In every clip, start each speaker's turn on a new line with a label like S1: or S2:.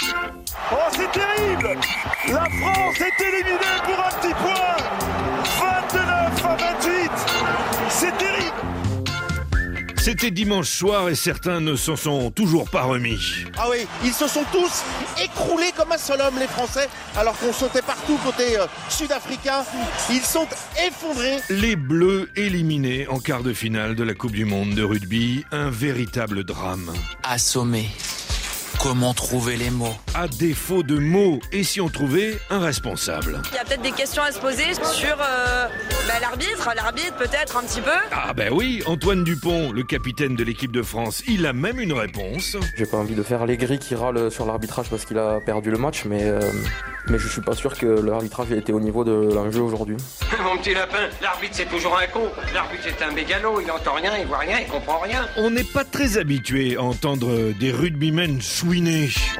S1: Oh, c'est terrible La France est éliminée pour un petit point 29 à 28 C'est terrible
S2: C'était dimanche soir et certains ne s'en sont toujours pas remis.
S3: Ah oui, ils se sont tous écroulés comme un seul homme, les Français, alors qu'on sautait partout côté euh, sud-africain. Ils sont effondrés.
S2: Les Bleus éliminés en quart de finale de la Coupe du Monde de rugby, un véritable drame.
S4: Assommé. Comment trouver les mots
S2: À défaut de mots, et si on trouvait un responsable
S5: Il y a peut-être des questions à se poser sur euh, bah, l'arbitre, l'arbitre peut-être un petit peu.
S2: Ah ben oui, Antoine Dupont, le capitaine de l'équipe de France, il a même une réponse.
S6: J'ai pas envie de faire les gris qui râle sur l'arbitrage parce qu'il a perdu le match, mais, euh, mais je suis pas sûr que l'arbitrage ait été au niveau de l'enjeu aujourd'hui.
S7: Mon petit lapin, l'arbitre c'est toujours un con. L'arbitre c'est un mégalo, il entend rien, il voit rien, il comprend rien.
S2: On n'est pas très habitué à entendre des rugbymen chouiner.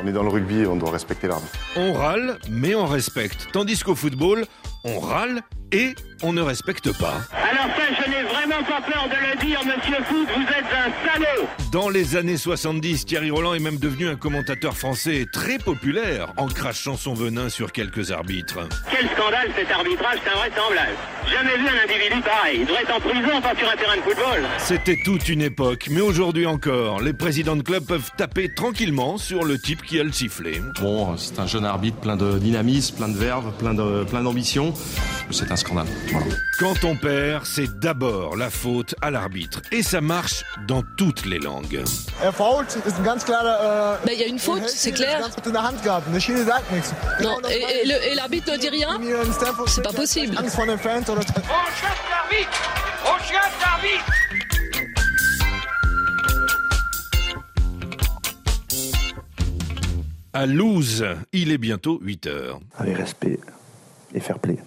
S8: On est dans le rugby, on doit respecter l'arbitre.
S2: On râle, mais on respecte. Tandis qu'au football, on râle et on ne respecte pas.
S9: Alors ça, je n'ai vraiment pas peur de le dire, monsieur Foot, vous êtes un salaud
S2: Dans les années 70, Thierry Roland est même devenu un commentateur français très populaire en crachant son venin sur quelques arbitres.
S9: Quel scandale cet arbitrage, c'est invraisemblable. Ah, Jamais vu un individu pareil. Il devrait être en prison, pas sur un terrain de football.
S2: C'était toute une époque, mais aujourd'hui encore, les présidents de club peuvent taper tranquillement sur le type qui a le sifflet.
S10: Bon, c'est un jeune arbitre plein de dynamisme, plein de verve, plein de- plein d'ambition. C'est un scandale. Voilà.
S2: Quand on perd, c'est d'abord la faute à l'arbitre. Et ça marche dans toutes les langues.
S11: Er fault ist ein ganz klarer. äh,
S12: Bah, il y a une faute,
S11: Hälfte,
S12: c'est
S11: ist
S12: clair.
S11: Ganz gut in der Hand gehabt. Eine Schiene sagt nichts.
S12: Non, et, et le- et l'arbitre ne dit rien
S11: Hier in Stamford
S12: C'est pas
S11: Bridge,
S12: possible.
S11: Angst vor den Fans oder
S7: On chasse l'arbitre On chasse l'arbitre
S2: À Louz, il est bientôt 8 heures.
S13: avec respect et fair play.